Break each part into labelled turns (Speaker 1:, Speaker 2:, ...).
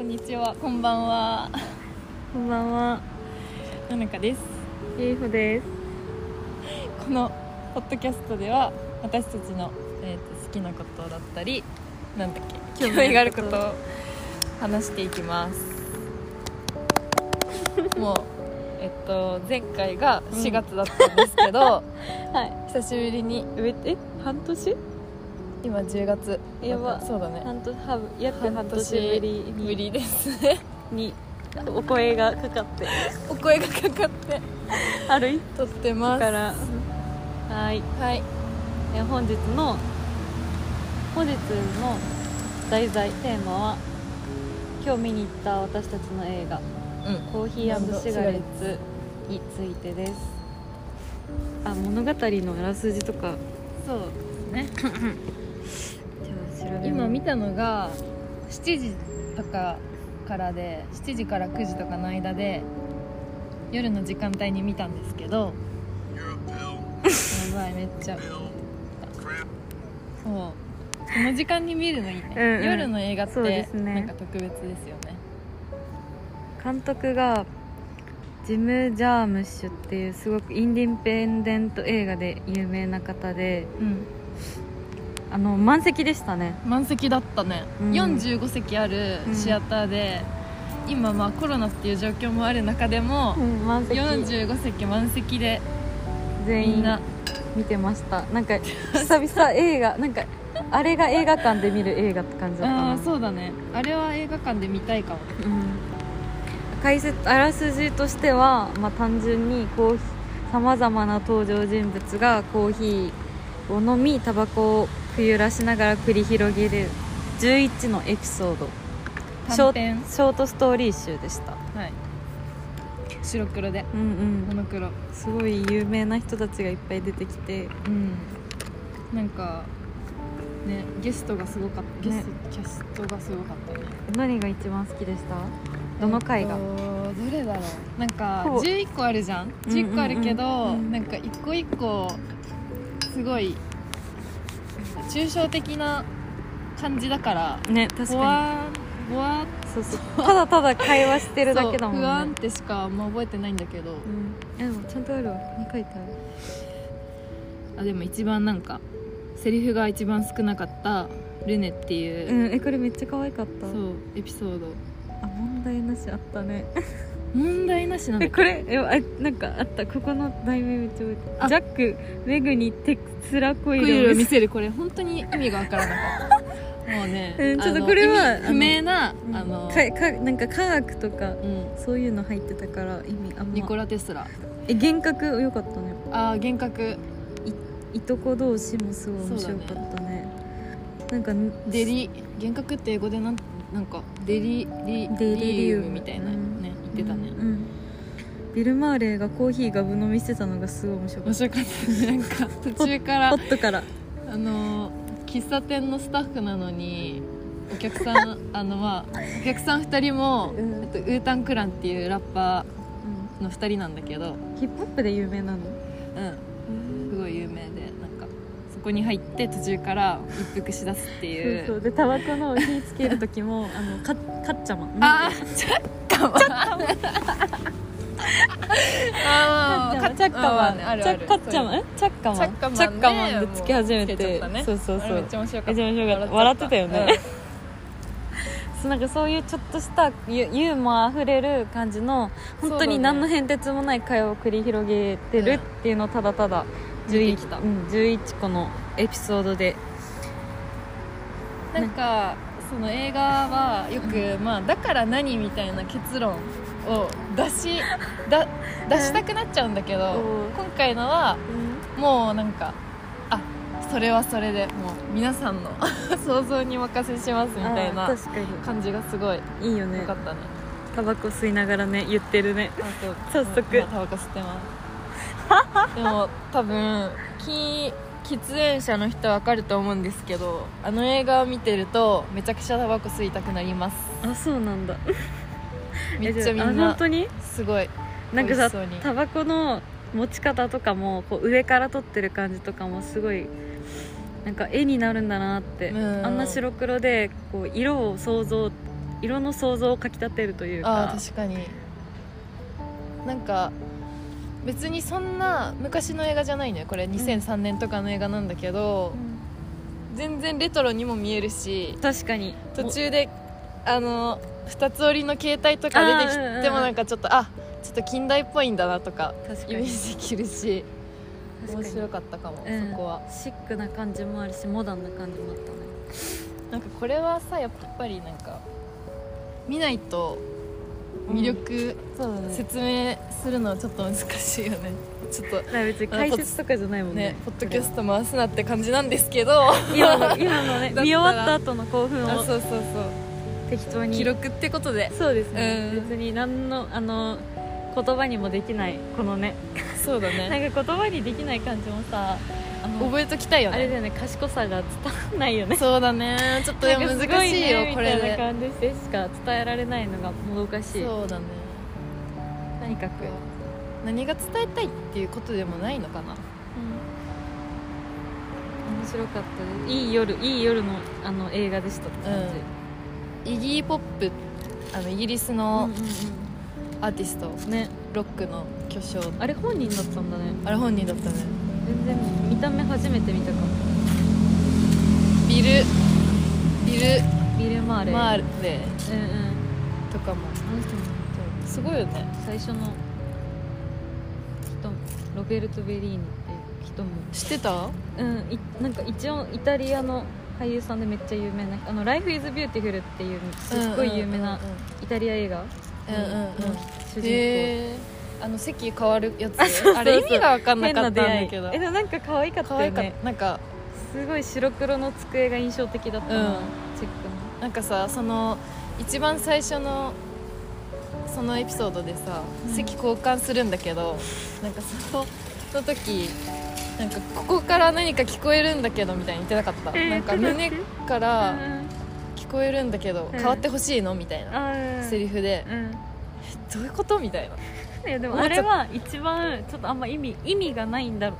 Speaker 1: んにちは、こんばんは。
Speaker 2: こんばんは。
Speaker 1: 野中です。
Speaker 2: ゆいほです。
Speaker 1: このポッドキャストでは、私たちの、えーと好きなことだったり、なんだっけ、興
Speaker 2: 興味
Speaker 1: 味が
Speaker 2: が
Speaker 1: あ
Speaker 2: あ
Speaker 1: る
Speaker 2: る
Speaker 1: こ
Speaker 2: ことと
Speaker 1: を話していき ます。もう、えっと、前回が4月だったんですけど、
Speaker 2: は
Speaker 1: 久しぶりに、
Speaker 2: い。上え半年？
Speaker 1: 今10月。
Speaker 2: やば
Speaker 1: そうだね。
Speaker 2: 半年は約半
Speaker 1: 半
Speaker 2: 年
Speaker 1: 年
Speaker 2: ぶり
Speaker 1: 無
Speaker 2: に
Speaker 1: 理ですね。
Speaker 2: にお声がかかって
Speaker 1: お声がかかって
Speaker 2: 歩い
Speaker 1: 撮って
Speaker 2: た
Speaker 1: ます。
Speaker 2: から。はい。
Speaker 1: はい。
Speaker 2: え本日の本日の題材テーマは今日見に行った私たちの映画
Speaker 1: うん。
Speaker 2: コーヒーシガレッツについてです。あ物語のあらすじとか
Speaker 1: そうね。
Speaker 2: じゃあ調べ
Speaker 1: 今見
Speaker 2: て
Speaker 1: たのが7時とかからで7時から9時とかの間で夜の時間帯に見たんですけどやばいめっちゃそうこの時間に見るのいいね、
Speaker 2: うんうん
Speaker 1: 夜の映画っ
Speaker 2: そうで
Speaker 1: て
Speaker 2: すね
Speaker 1: なんか特別ですよね
Speaker 2: 監督がジム・ジャームッシュっていうすごくインディペンデント映画で有名な方で
Speaker 1: うん
Speaker 2: あの満席でしたね
Speaker 1: 満席だったね、
Speaker 2: うん
Speaker 1: 45席あるシアターで、今まあコロナっていう状況もある中でも、
Speaker 2: 満
Speaker 1: 45席満席でみ
Speaker 2: 全
Speaker 1: ん
Speaker 2: 員
Speaker 1: な
Speaker 2: 見てましたなんか久々映画なんかあれが映画館で見る映画って感じだった
Speaker 1: あ
Speaker 2: な
Speaker 1: あーそうだねあれは映画館で見たいかも
Speaker 2: うん解説あらすじとしては、まあ、単純にさまざまな登場人物がコーヒーを飲みタバコをくゆらしながら繰り広げる11のエピソードシ
Speaker 1: 短
Speaker 2: ョ
Speaker 1: 編
Speaker 2: ショートストーリー集でした
Speaker 1: はい白黒で
Speaker 2: うんう
Speaker 1: モ
Speaker 2: ん
Speaker 1: ノクロ
Speaker 2: すごい有名な人たちがいっぱい出てきて
Speaker 1: うんなんかねゲストがすごかったゲスト、キャストがすごかったね
Speaker 2: 何が一番好きでしたどの回が
Speaker 1: えっとどれだろうなんか
Speaker 2: ほぼ
Speaker 1: 11個あるじゃん
Speaker 2: うんうん
Speaker 1: 11個あるけど、
Speaker 2: うん
Speaker 1: なんか一個一個すごい抽象的な感じだから
Speaker 2: ね確
Speaker 1: ぼ
Speaker 2: か
Speaker 1: わーぼわーっ
Speaker 2: にそうそうただただ会話してるだけだもん
Speaker 1: そう不安っ
Speaker 2: ね
Speaker 1: てしかあんま覚えてないんだけど、
Speaker 2: うんえでもちゃんとあるわ2書いてある
Speaker 1: あでも一番なんかセリフが一番少なかったルネっていう、
Speaker 2: うんえこれめっちゃ可愛かった
Speaker 1: そうエピソード
Speaker 2: あ問題なしあったね
Speaker 1: 問題なしなんだ
Speaker 2: え
Speaker 1: っけ
Speaker 2: これえあなんかあったここの題名めっちゃ覚えて
Speaker 1: あ
Speaker 2: るジャックメグにテスラコイ
Speaker 1: クイル
Speaker 2: ル
Speaker 1: を
Speaker 2: を
Speaker 1: 見
Speaker 2: 見せ
Speaker 1: せるこれ本当に意味がわからなかったもうね、
Speaker 2: うんちょっと
Speaker 1: あの
Speaker 2: これは
Speaker 1: 意味不明な
Speaker 2: うん
Speaker 1: あの、
Speaker 2: かかなんか科学とか
Speaker 1: うん、
Speaker 2: そういうの入ってたから意味あん
Speaker 1: ニコ
Speaker 2: ま
Speaker 1: ラ・テスラ
Speaker 2: え幻覚良かったね
Speaker 1: ああ幻覚
Speaker 2: いとこ同士もすごい面白かったねなんか
Speaker 1: デリ幻覚って英語でなんなんかデリリ
Speaker 2: デリリウム
Speaker 1: みたいな
Speaker 2: うん
Speaker 1: ね言ってたね、
Speaker 2: うんうんビル・マーレーがコーヒーがぶ飲みしてたのがすごい面白か
Speaker 1: 面
Speaker 2: っ
Speaker 1: 白かったね なんか途中か
Speaker 2: た
Speaker 1: ら
Speaker 2: ホットから
Speaker 1: あの喫茶店のスタッフなのにお客さ んあのまあお客さん2人も、
Speaker 2: うん
Speaker 1: えっとウータンクランっていうラッパーの2人なんだけど、
Speaker 2: ヒップホップで有名なの
Speaker 1: うん、すごい有名でなんかそこに入って途中から一服しだすっていう
Speaker 2: そうそうでタバコの火つける時も あのかかっちゃま
Speaker 1: あーチャッカマあーまあ
Speaker 2: チャッカマン
Speaker 1: ね
Speaker 2: チ
Speaker 1: あるあ
Speaker 2: ャ
Speaker 1: る
Speaker 2: ッカッチャマンえチャッカマン
Speaker 1: チャッカマンね
Speaker 2: チャッカマンでつけ始め
Speaker 1: もうつけちゃってたね
Speaker 2: そうそう
Speaker 1: そあれ
Speaker 2: そうう
Speaker 1: めっちゃ面白か
Speaker 2: め
Speaker 1: っ
Speaker 2: っち
Speaker 1: た
Speaker 2: ゃ面白かった笑ってたよね、そうなんかそういうちょっとしたユユーモアあふれる感じの
Speaker 1: そうだね
Speaker 2: 本当に何の変哲もない会話を繰り広げてるっていうのをただただ
Speaker 1: 見てきた
Speaker 2: 11,、うん、11個のエピソードで
Speaker 1: うんなんかその映画はよく、まあ、だから何みたいな結論を出 しだ出したくなっちゃうんだけど、
Speaker 2: うん
Speaker 1: 今回のはもうなんかあそれはそれでもう皆さんの 想像にお任せしますみ
Speaker 2: み
Speaker 1: たいな
Speaker 2: 確か
Speaker 1: 感じがすごい
Speaker 2: にいいよね
Speaker 1: 良かったね
Speaker 2: タバコ吸いながらね言ってるね
Speaker 1: あと
Speaker 2: 早速
Speaker 1: まあタバコ吸ってます でも多分き喫煙者の人わかると思うんですけどあの映画を見てるとめちゃくちゃタバコ吸いたくなります
Speaker 2: あそうなん だ
Speaker 1: めっちゃみ
Speaker 2: あ
Speaker 1: ん
Speaker 2: 本
Speaker 1: な
Speaker 2: 当に
Speaker 1: すごい
Speaker 2: なん
Speaker 1: 美
Speaker 2: か
Speaker 1: 味
Speaker 2: さ
Speaker 1: しそうに
Speaker 2: タバコの持ち方とかもこう上から撮ってる感じとかもすごいなんか絵になるんだなって
Speaker 1: うん
Speaker 2: あんな白黒でこう色を想像色の想像をかきたてるという
Speaker 1: あ
Speaker 2: か
Speaker 1: ー確かになんか別にそんな昔の映画じゃないねこれ2003年とかの映画なんだけど、
Speaker 2: うん
Speaker 1: 全然レトロにも見えるし
Speaker 2: 確かに
Speaker 1: 途中であの二つ折りの携帯とか出てき
Speaker 2: あーうんうん
Speaker 1: てもなんかちょっとあちょっと近代っぽいんだなとか
Speaker 2: お確か
Speaker 1: イメー
Speaker 2: に
Speaker 1: ジできるし
Speaker 2: 確か
Speaker 1: 面
Speaker 2: に
Speaker 1: 白かったかも、
Speaker 2: うん
Speaker 1: そこは
Speaker 2: シックな感じもあるしモダンな感じもあったね
Speaker 1: なんかこれはさやっぱりなんか見ないと魅力
Speaker 2: そうだ
Speaker 1: 説明するのはちょっと難しいよねちょっと
Speaker 2: 別に解説とかじゃないもんね
Speaker 1: ね、ポッドキャスト回すなって感じなんですけどあ
Speaker 2: 今の今のね
Speaker 1: だったら
Speaker 2: 見終わった後の興奮を
Speaker 1: そうそうそう
Speaker 2: 適当に
Speaker 1: 記録ってことで
Speaker 2: そうですね、
Speaker 1: うん
Speaker 2: 別に何のあの言葉にもできないこのね
Speaker 1: そうだ
Speaker 2: なんか
Speaker 1: ね
Speaker 2: 言葉にできない感じもさあの
Speaker 1: 覚えときたいよ
Speaker 2: あれ
Speaker 1: ね
Speaker 2: だよね賢さが伝わんないよね
Speaker 1: そうだねちょっとでも
Speaker 2: なんか
Speaker 1: 難
Speaker 2: すご
Speaker 1: しい
Speaker 2: ね
Speaker 1: よ
Speaker 2: み
Speaker 1: こ
Speaker 2: た
Speaker 1: れ
Speaker 2: いな
Speaker 1: で
Speaker 2: 感じでしか伝えられないのがもどかしい
Speaker 1: そうだね
Speaker 2: とにかく、
Speaker 1: 何が伝えたいっていうことでもないのかな
Speaker 2: 面白かったですいい夜いい夜のあの映画でしたって感じ、
Speaker 1: イギー・ポップあのイギリス
Speaker 2: うん
Speaker 1: の
Speaker 2: うん
Speaker 1: アーティスト、
Speaker 2: うんね
Speaker 1: ロックの巨匠
Speaker 2: あれ本人だったんだね
Speaker 1: あれ本人だったね
Speaker 2: 全然見た目初めて見たかも
Speaker 1: ビルビル・
Speaker 2: ビル・マーレー
Speaker 1: マーレ
Speaker 2: うんうん
Speaker 1: とかも
Speaker 2: あの人も
Speaker 1: すごいよね
Speaker 2: 最初の人ロベルト・ベリーニっていう人も
Speaker 1: 知ってた
Speaker 2: うんいなんか一応イタリアの俳優さんでめっちゃ有名なあの「Life is Beautiful」っていうすっごい有名なイタリア映画の
Speaker 1: うんうんうん
Speaker 2: 主人公、
Speaker 1: へえあの席変わるや つあれ意味が分かんな
Speaker 2: 変
Speaker 1: か
Speaker 2: な
Speaker 1: っ
Speaker 2: 出
Speaker 1: たんだ
Speaker 2: 会い
Speaker 1: けど
Speaker 2: えでもなんか可愛かった
Speaker 1: 可愛
Speaker 2: よ
Speaker 1: かっ
Speaker 2: ね
Speaker 1: たなんか
Speaker 2: すごい白黒の机が印象的だったな、
Speaker 1: うん
Speaker 2: チェックの
Speaker 1: なんかさその一番最初のそのエピソードでさ、
Speaker 2: うん
Speaker 1: 席交換するんだけどなんかそのその時なんかここから何か聞こえるんだけどみたいに言ってなかった、
Speaker 2: えー
Speaker 1: なんか胸から聞こえるんだけど、
Speaker 2: ん
Speaker 1: 変わってほしいのみたいな、
Speaker 2: あー
Speaker 1: セリフで、
Speaker 2: うん
Speaker 1: どういうことみたいな、
Speaker 2: いやでもあれは一番ちょっとあんま意味意味がないんだろ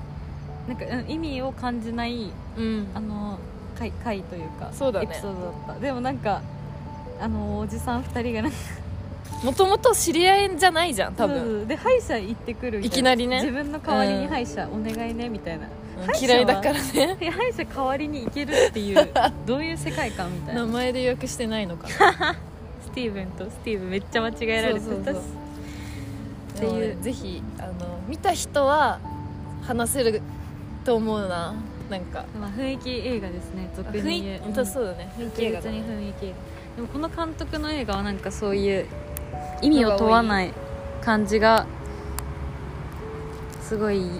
Speaker 2: うなんか、うん、意味を感じない
Speaker 1: うん
Speaker 2: あの回回というか
Speaker 1: そうだね
Speaker 2: エピソードだったでもなんかあのおじさん2人がなんか
Speaker 1: もともと知り合いじゃないじゃん多分、
Speaker 2: で歯医者行ってくるみた
Speaker 1: いきなりね
Speaker 2: 自分の代わりに歯医者、お願いねみたいな
Speaker 1: うん
Speaker 2: 歯医者
Speaker 1: 嫌
Speaker 2: は
Speaker 1: いだからね
Speaker 2: で歯医者代わりに行けるっていう どういう世界観みたい
Speaker 1: 名
Speaker 2: な
Speaker 1: 前で予約してないのかな
Speaker 2: スティーブンとスティーブンめっちゃ間違えられてたし
Speaker 1: そうそうそうって
Speaker 2: ってい
Speaker 1: いううぜひあの見た人は話せると思うななんか
Speaker 2: まあ、雰囲気映画ですね俗
Speaker 1: 雰
Speaker 2: に言
Speaker 1: 囲気、
Speaker 2: ううん
Speaker 1: 本当そうだね雰囲気映画だ
Speaker 2: 確実
Speaker 1: ね
Speaker 2: に雰囲気でもこの監督の映画はなんかそういう意味を問わない感じがすごいい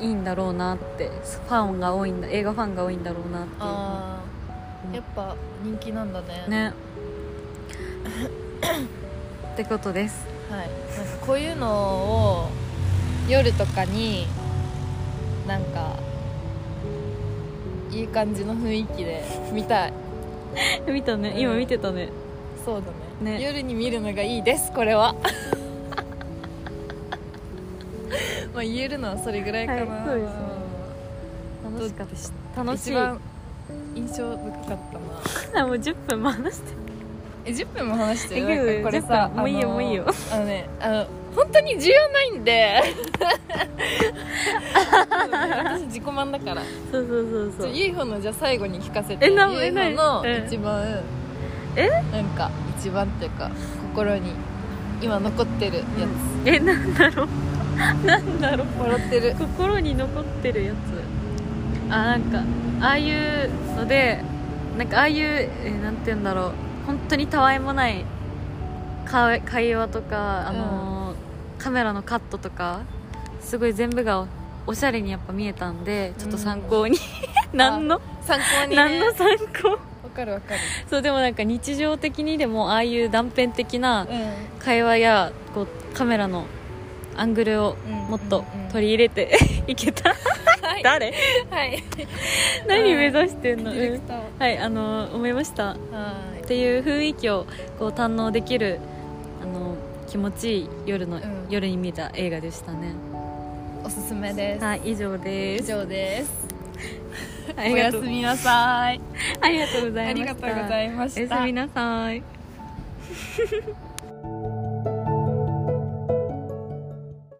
Speaker 2: いんだろうなってファンが多いんだ映画ファンが多いんだろうなっていう
Speaker 1: あ
Speaker 2: うん
Speaker 1: あやっぱ人気なんだね
Speaker 2: ねってことです
Speaker 1: はいなんかこういうのを夜とかになんかいい感じの雰囲気で見たい
Speaker 2: 見たね今
Speaker 1: 今
Speaker 2: 見
Speaker 1: 見
Speaker 2: て
Speaker 1: て
Speaker 2: たね、
Speaker 1: そうだね
Speaker 2: ね
Speaker 1: 夜に見るのがいいですこれ はまあ言えるのはそれぐらいかな、
Speaker 2: はいそうですね楽しかった楽しい
Speaker 1: 一番印象深かったな
Speaker 2: あもう10分も話して
Speaker 1: え10分も話してる
Speaker 2: いいよ
Speaker 1: なんかこれ
Speaker 2: 10
Speaker 1: さ
Speaker 2: 分もういい
Speaker 1: あ
Speaker 2: よ
Speaker 1: の
Speaker 2: もういいよ
Speaker 1: あのねあの本当に需要ないんで 私自己満だから
Speaker 2: そうそうそうそう
Speaker 1: ユイホのじゃあ最後に聞かせて
Speaker 2: えなん
Speaker 1: ユイホ
Speaker 2: えな
Speaker 1: の
Speaker 2: うん
Speaker 1: 一番
Speaker 2: え
Speaker 1: なんか一番っていうか心に今残ってるや
Speaker 2: えなんだろう なんだろう
Speaker 1: つ笑ってる
Speaker 2: 心に残ってるやつあなんかああいうのでなんかああいう、えーなんて言うんだろう本当にたわいもない会会話とか、あのーカメラのカットとかすごい全部がおしゃれにやっぱ見えたんでちょっと参考に、 何の
Speaker 1: 参考にね
Speaker 2: 何の
Speaker 1: わ
Speaker 2: 参考
Speaker 1: かるわかる
Speaker 2: そうでもなんか日常的にでもああいう断片的な
Speaker 1: う
Speaker 2: 会話やこうカメラのアングルを
Speaker 1: うん
Speaker 2: もっと
Speaker 1: うんうん
Speaker 2: 取り入れて いけ
Speaker 1: ん
Speaker 2: た
Speaker 1: はい
Speaker 2: 誰
Speaker 1: はい
Speaker 2: 何目指してん
Speaker 1: デ
Speaker 2: の、
Speaker 1: ィレクター
Speaker 2: はいあのー思いましたっ
Speaker 1: はい
Speaker 2: ていう雰囲気をこう堪能できるあのー気持ちいい夜の、
Speaker 1: ん
Speaker 2: 夜に見た映画でしたね
Speaker 1: おすすめです
Speaker 2: はい以上で
Speaker 1: 以
Speaker 2: す
Speaker 1: 上です
Speaker 2: あ
Speaker 1: お
Speaker 2: り
Speaker 1: や
Speaker 2: が
Speaker 1: す
Speaker 2: とう
Speaker 1: みなさい
Speaker 2: ありがとうござ
Speaker 1: あ
Speaker 2: いま
Speaker 1: り
Speaker 2: した
Speaker 1: がとうございました
Speaker 2: おやすみなさい